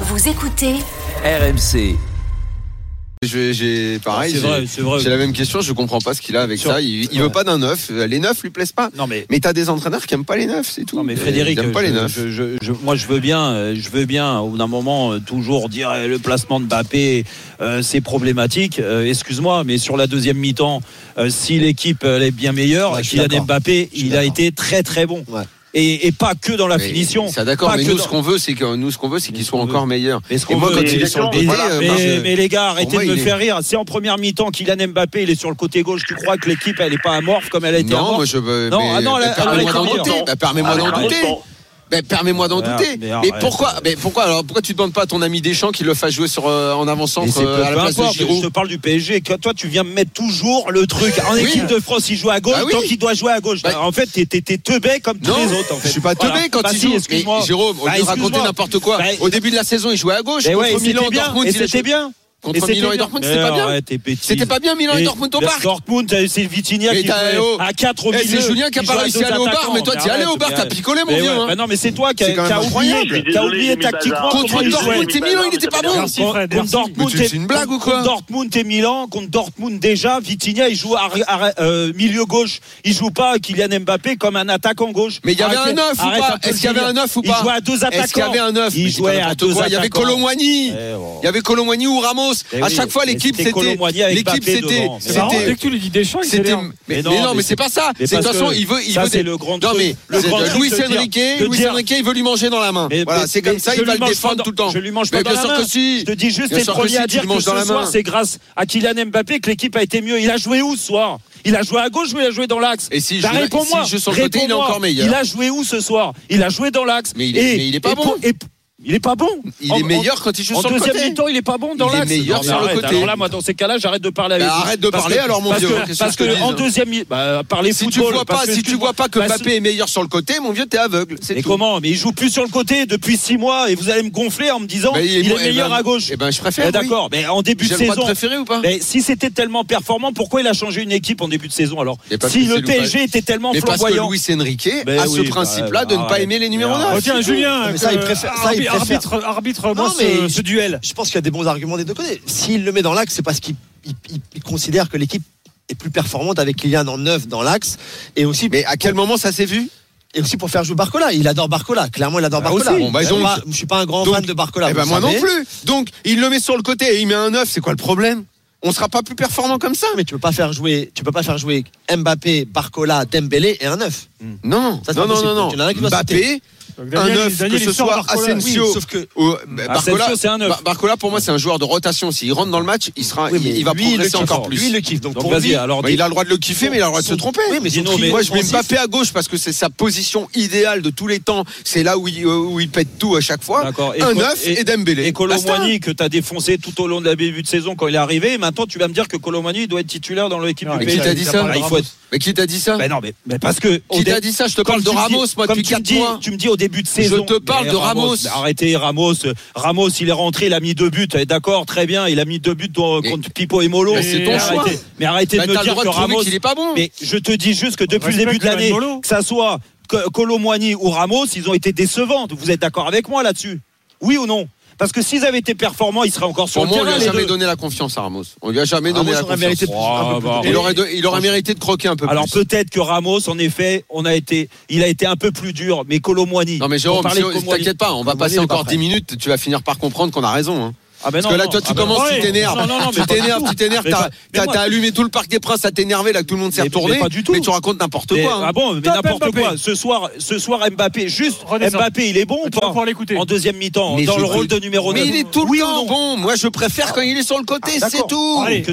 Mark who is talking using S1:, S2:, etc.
S1: Vous écoutez
S2: RMC.
S3: Je- J'ai pareil,
S4: Ah, c'est vrai,
S3: j'ai-
S4: c'est vrai.
S3: j'ai la même question, je comprends pas ce qu'il a avec
S4: Sur-
S3: ça. Il, il
S4: Ouais.
S3: veut pas d'un neuf, les neufs lui plaisent pas.
S4: Non mais,
S3: Mais t'as des entraîneurs qui aiment pas les neufs, c'est tout.
S4: non mais
S3: Ils
S4: Frédéric,
S3: aiment Euh, pas
S4: je-
S3: les neufs.
S4: je- je- je- moi je veux bien, euh, je veux bien au bout d'un moment euh, toujours dire euh, le placement de Mbappé, euh, c'est problématique. Euh, Excuse-moi, mais sur la deuxième mi-temps, euh, si l'équipe elle est bien meilleure,
S5: Ouais, je suis
S4: Kylian
S5: d'accord.
S4: Mbappé,
S5: Je suis
S4: il a
S5: d'accord.
S4: été très très bon.
S5: Ouais.
S4: Et, et pas que dans la
S3: Mais-
S4: finition.
S3: Ça d'accord,
S4: Pas
S3: mais
S4: que
S3: nous
S4: dans-
S3: ce qu'on veut, c'est que nous ce qu'on veut, c'est
S4: Mais
S3: qu'ils
S4: ce
S3: soient
S4: qu'on
S3: encore meilleurs.
S4: Mais ce
S3: Et
S4: qu'on
S3: moi,
S4: veut,
S3: quand
S4: mais-
S3: il est sur le
S4: mais,
S3: côté, là,
S4: mais-
S3: Marc, je-
S4: mais les gars, arrêtez
S3: moi,
S4: de me
S3: il est-
S4: faire rire. Si en première mi-temps Kylian Mbappé il est sur le côté gauche, tu crois que l'équipe elle est pas amorphe comme elle a été
S3: non,
S4: amorphe
S3: moi je veux.
S4: Non,
S3: mais-
S4: ah non,
S3: mais
S4: là,
S3: permets-moi
S4: avec
S3: d'en
S4: un
S3: douter.
S4: montant.
S3: Bah, permets-moi
S4: Avec
S3: d'en
S4: un
S3: douter. Ben, permets-moi d'en
S4: Mais
S3: douter.
S4: arrête, mais
S3: Mais
S4: arrête.
S3: pourquoi, mais pourquoi, alors, pourquoi tu demandes pas à ton ami Deschamps qu'il le fasse jouer sur, euh, en
S4: Mais
S3: avant-centre
S4: c'est
S3: euh, à
S4: peu
S3: la place de
S4: importe,
S3: Giroud?
S4: Je te parle du PSG. Que toi, tu viens me mettre toujours le truc. En
S3: Oui.
S4: équipe de France, il joue à gauche,
S3: Bah oui.
S4: donc il doit jouer à gauche.
S3: Bah-
S4: En fait, t'es- t'es t'es teubé comme tous
S3: Non,
S4: les autres. En fait.
S3: je suis pas teubé
S4: Voilà.
S3: quand
S4: Bah
S3: il
S4: si,
S3: joue.
S4: excuse-moi.
S3: Mais Jérôme, au
S4: Bah,
S3: lieu de raconter
S4: excuse-moi.
S3: n'importe quoi.
S4: Bah,
S3: au début de la saison, il jouait à gauche.
S4: Mais
S3: contre
S4: ouais, et
S3: Milan,
S4: c'était bien.
S3: Dortmund,
S4: Et
S3: il a
S4: c'était
S3: joué-
S4: bien. Et
S3: Contre
S4: c'était
S3: Milan et
S4: bien.
S3: Dortmund, c'était
S4: Mais
S3: pas bien.
S4: arrête, t'es bêtise.
S3: C'était pas bien Milan et,
S4: Et
S3: Dortmund au
S4: le
S3: parc.
S4: Dortmund, t'as- c'est Vitinha
S3: Mais
S4: qui
S3: t'as-
S4: jouait
S3: oh.
S4: à 4 au
S3: Eh,
S4: milieu.
S3: c'est Julien qui a
S4: Il
S3: pas
S4: jouait à
S3: réussi
S4: deux
S3: à aller au bar,
S4: attaquants.
S3: mais toi, t'y allais
S4: arrête,
S3: au bar,
S4: mais
S3: t'as
S4: arrête.
S3: picolé, mon
S4: Mais
S3: vieux.
S4: ouais,
S3: hein.
S4: bah Non, mais c'est toi qui
S3: C'est quand
S4: as
S3: même incroyable.
S4: oublié,
S6: Je suis
S4: t'as
S6: désolé,
S4: oublié
S6: j'ai mis
S4: tactiquement
S6: Bazar.
S4: comment
S3: Contre
S4: ils jouaient.
S3: Dortmund et Milan, il était pas bon.
S5: Merci,
S4: Contre-
S5: Fred,
S4: contre
S5: merci.
S4: Dortmund,
S3: Mais tu-
S4: et-
S3: c'est une blague ou quoi
S4: contre Dortmund et Milan, contre Dortmund déjà, Vitinha il joue à, à- euh, milieu gauche, il joue pas Kylian Mbappé comme un attaquant gauche.
S3: Mais il y avait
S4: Arrêtez-
S3: un neuf ou
S4: arrête
S3: pas
S4: un peu
S3: Est-ce qu'il y avait
S4: le
S3: un neuf ou
S4: Il
S3: pas
S4: jouait à deux attaquants.
S3: Est-ce qu'il y avait un neuf Mais
S4: Il
S3: c'est
S4: jouait
S3: pas
S4: à
S3: n'importe
S4: deux
S3: quoi. Il y avait
S4: attaquants.
S3: Colomwani.
S4: Eh, bon.
S3: Il y avait Colomwani ou Ramos.
S4: Eh
S3: à
S4: oui,
S3: chaque fois,
S4: mais
S3: l'équipe,
S4: c'était
S3: c'était.
S4: Colomwani avec
S3: L'équipe,
S4: Mbappé
S3: c'était.
S4: devant. C'est
S5: C'est marrant,
S3: c'était-
S5: dès que tu lui dis Deschamps, il
S3: C'était.
S5: s'énerve.
S3: Mais
S4: Mais
S3: non,
S4: non,
S3: mais, non,
S4: mais
S3: mais c'est pas ça.
S4: mais
S3: C'est- De toute
S4: parce
S3: façon,
S4: que
S3: il veut. Il
S4: ça,
S3: veut
S4: c'est
S3: des-
S4: le grand
S3: Non,
S4: truc.
S3: mais.
S4: Le grand
S3: c'est-
S4: truc
S3: Luis
S4: de dire-
S3: Enrique,
S4: de
S3: Luis
S4: dire-
S3: Enrique, il veut lui manger dans la main.
S4: Mais-
S3: Voilà,
S4: mais-
S3: c'est comme
S4: mais
S3: ça,
S4: je
S3: il
S4: lui
S3: va le
S4: mange
S3: défendre
S4: pas-
S3: tout le temps.
S4: Je lui mange
S3: Mais
S4: pas dans
S3: bien
S4: la
S3: sûr
S4: main.
S3: que si.
S4: Je te dis juste,
S3: Bien
S4: t'es
S3: sûr
S4: le
S3: que si,
S4: premier à
S3: tu
S4: dire
S3: lui
S4: que
S3: manges
S4: ce
S3: dans la
S4: soir,
S3: main.
S4: c'est grâce à Kylian Mbappé que l'équipe a été mieux. Il a joué où ce soir Il a joué à gauche ou il a joué dans l'axe
S3: Et si je
S4: Bah, réponds-moi.
S3: joue sur le côté, il est
S4: Réponds-moi.
S3: encore meilleur.
S4: Il a joué où ce soir Il a joué dans l'axe.
S3: Mais il est-
S4: Et-
S3: mais il est pas
S4: et
S3: bon.
S4: pour- et- il est pas bon.
S3: Il
S4: En-
S3: est
S4: en-
S3: meilleur quand il joue
S4: En
S3: sur le
S4: deuxième
S3: côté.
S4: mi-temps, il est pas bon dans
S3: Il est
S4: l'axe.
S3: meilleur
S4: Non, mais
S3: sur le
S4: arrête.
S3: côté.
S4: Alors là, moi, dans ces cas-là, j'arrête de parler avec
S3: Bah,
S4: vous.
S3: arrête de
S4: Parce
S3: parler
S4: que-
S3: alors, mon
S4: parce
S3: vieux.
S4: que-
S3: Qu'est-ce que
S4: Parce
S3: je te dis,
S4: que en
S3: hein.
S4: deuxième, mi- bah, parler
S3: Si tu
S4: football.
S3: vois pas,
S4: parce que
S3: si tu vois pas que
S4: parce que-
S3: Mbappé est meilleur sur le côté, mon vieux, t'es aveugle. C'est
S4: Mais
S3: tout.
S4: comment Mais il joue plus sur le côté depuis six mois et vous allez me gonfler en me disant
S3: Bah,
S4: il,
S3: eh
S4: est meilleur
S3: ben,
S4: à gauche.
S3: Eh ben, je préfère.
S4: Eh
S3: oui.
S4: D'accord, mais en début de
S3: J'ai le droit de
S4: saison.
S3: préférer ou pas
S4: Mais si c'était tellement performant, pourquoi il a changé une équipe en début de saison alors
S3: Et parce
S4: Si
S3: que c'est
S4: le
S3: Loupa-
S4: PSG était tellement
S3: Mais parce que
S4: flamboyant.
S3: Luis Enrique
S4: Ben
S3: a ce
S4: oui, bah,
S3: principe-là de
S4: bah,
S3: ne pas
S4: ouais.
S3: aimer les numéros
S4: Mais
S3: 9.
S4: arrête.
S5: Retiens, Julien,
S7: mais ça, il
S5: que-
S7: préfère- ça,
S5: arbi-
S7: il préfère.
S5: Arbitre, arbitre,
S7: Non,
S5: moi,
S7: mais-
S5: ce, ce duel.
S7: Je pense qu'il y a des bons arguments des deux côtés. S'il le met dans l'axe, c'est parce qu'il il- il- il considère que l'équipe est plus performante avec Kylian en neuf dans l'axe et aussi
S3: Mais à quel moment ça s'est vu
S7: et aussi pour faire jouer Barcola. Il adore Barcola. Clairement, il adore
S3: Bah
S7: Barcola.
S3: aussi. Bon, bah,
S7: Je
S3: donc-
S7: suis pas- je suis pas un grand
S3: donc-
S7: fan de Barcola.
S3: Eh
S7: vous
S3: ben
S7: le
S3: moi non
S7: savez.
S3: plus. Donc il le met sur le côté et il met un 9, c'est quoi le problème On sera pas plus performant comme ça.
S7: Mais tu peux pas faire jouer, tu peux pas faire jouer Mbappé, Barcola, Dembélé et un neuf.
S3: Non,
S7: Ça, c'est
S3: non,
S7: pas
S3: non,
S7: possible.
S3: non, non.
S7: Il y en a un qui doit
S3: Mbappé,
S5: Donc,
S3: un
S5: Daniel,
S3: 9, que
S5: Daniel,
S3: ce
S5: il sort
S3: soit
S5: Barcola.
S3: Asensio.
S7: sauf que
S3: ou, euh, bah,
S4: Asensio,
S3: Barcola,
S4: c'est un neuf.
S3: Bar- Barcola, pour moi, c'est un joueur de rotation. S'il rentre dans le match, il, sera,
S7: Oui,
S3: il-
S7: mais
S3: il va
S7: lui, il le
S3: progresser
S7: kiffe.
S3: encore plus.
S7: lui il le kiffe. Donc
S4: Donc
S7: pour
S4: vas-y,
S7: lui,
S4: alors
S3: Bah,
S4: dis-
S3: il a le droit de le kiffer, mais il a le droit de se
S7: son-
S3: tromper.
S7: Oui, mais son
S4: Dis-nous,
S7: trio
S4: mais-
S3: Moi, je mets
S7: offensif-
S3: Mbappé à gauche parce que c'est sa position idéale de tous les temps. C'est là où il, euh, où il pète tout à chaque fois.
S4: D'accord. Et
S3: un
S4: Co-
S3: 9
S4: et-
S3: et, Dembélé.
S4: Et
S3: Basta.
S4: Colomwani que t'as défoncé tout au long de la début de saison quand il est arrivé. Et maintenant, tu vas me dire que Colomwani doit être titulaire dans l'équipe
S5: Non,
S4: du
S3: Mais qui
S4: PSG.
S3: t'a dit ça
S4: Bah, Il faut être.
S3: Mais qui t'a dit ça
S4: Bah non, mais, mais parce que. au
S3: Hein. Qui t'a
S4: dé-
S3: dit ça Je te parle de
S4: Comme tu me dis-
S3: Ramos, moi,
S4: comme
S3: depuis
S4: tu me
S3: 4
S4: dis-
S3: mois.
S4: Tu me dis au début de saison.
S3: te parle
S4: Mais
S3: de Ramos.
S4: mais Arrêtez Ramos. euh, Ramos, il est rentré, il a mis deux buts. Eh, D'accord, très bien. Il a mis deux buts dont-
S3: Mais-
S4: contre Pipo et Molo.
S3: Mais c'est ton
S4: Mais
S3: choix.
S4: arrêtez- Mais arrêtez
S3: Bah,
S4: de
S3: T'as
S4: me
S3: le
S4: dire
S3: droit
S4: que
S3: de trouver
S4: Ramos.
S3: qu'il est pas bon.
S4: Mais je te dis juste que depuis le
S5: respecte
S4: début de l'année,
S5: Manolo.
S4: que ça soit Colomwani ou Ramos, ils ont été décevants. Vous êtes d'accord avec moi là-dessus Oui ou non Parce que s'ils avaient été performants, ils seraient encore sur
S3: Pour
S4: le
S3: moi, on lui
S4: terrain.
S3: a
S4: les
S3: jamais
S4: deux. Ah,
S3: donné la confiance à Ramos. On lui a jamais donné
S7: Ramos
S3: la
S7: aurait
S3: confiance.
S7: mérité plus- un peu plus
S4: bah,
S7: de-
S3: Il aurait, de- il aurait mérité de croquer un peu
S4: Alors
S3: plus.
S4: peut-être que Ramos, en effet, on a été, il a été un peu plus dur, mais Colomwani.
S3: Non mais
S4: on
S3: Jérôme,
S4: parlait
S3: si-
S4: de Colomwani.
S3: t'inquiète pas, on va
S7: Colomwani,
S3: passer
S7: il est
S3: encore
S7: pas
S3: 10 minutes, tu vas finir par comprendre qu'on a raison. hein.
S4: Ah ben
S3: Parce
S4: non,
S3: que là,
S4: non.
S3: toi, tu
S4: Ah ben
S3: commences,
S4: non.
S3: tu
S4: Non,
S3: t'énerves.
S4: non, non,
S3: Tu
S4: mais-
S3: t'énerves, tu t'énerves,
S4: Mais
S3: t'as-
S4: pas- mais
S3: t'as
S4: moi-
S3: t'as allumé tout le Parc des Princes à t'énerver, là que tout le monde s'est
S4: Mais- mais
S3: retourné.
S4: pas du tout.
S3: Mais tu racontes n'importe
S4: Mais-
S3: quoi. hein.
S4: Ah bon, mais
S5: Top
S4: n'importe
S5: Mbappé.
S4: quoi. Ce soir, ce soir, Mbappé, juste
S5: Redescends.
S4: Mbappé, il est bon ou
S5: Tu vas
S4: pas
S5: pouvoir l'écouter.
S4: En deuxième mi-temps,
S3: Mais
S4: dans
S3: je
S4: le
S3: veux-
S4: rôle de numéro 9.
S3: Mais il est tout le
S4: Oui ou
S3: temps
S4: non
S3: bon. Moi, je préfère quand il est sur le côté,
S5: Ah,
S3: c'est
S5: d'accord.
S3: tout.
S5: Allez.
S4: que tu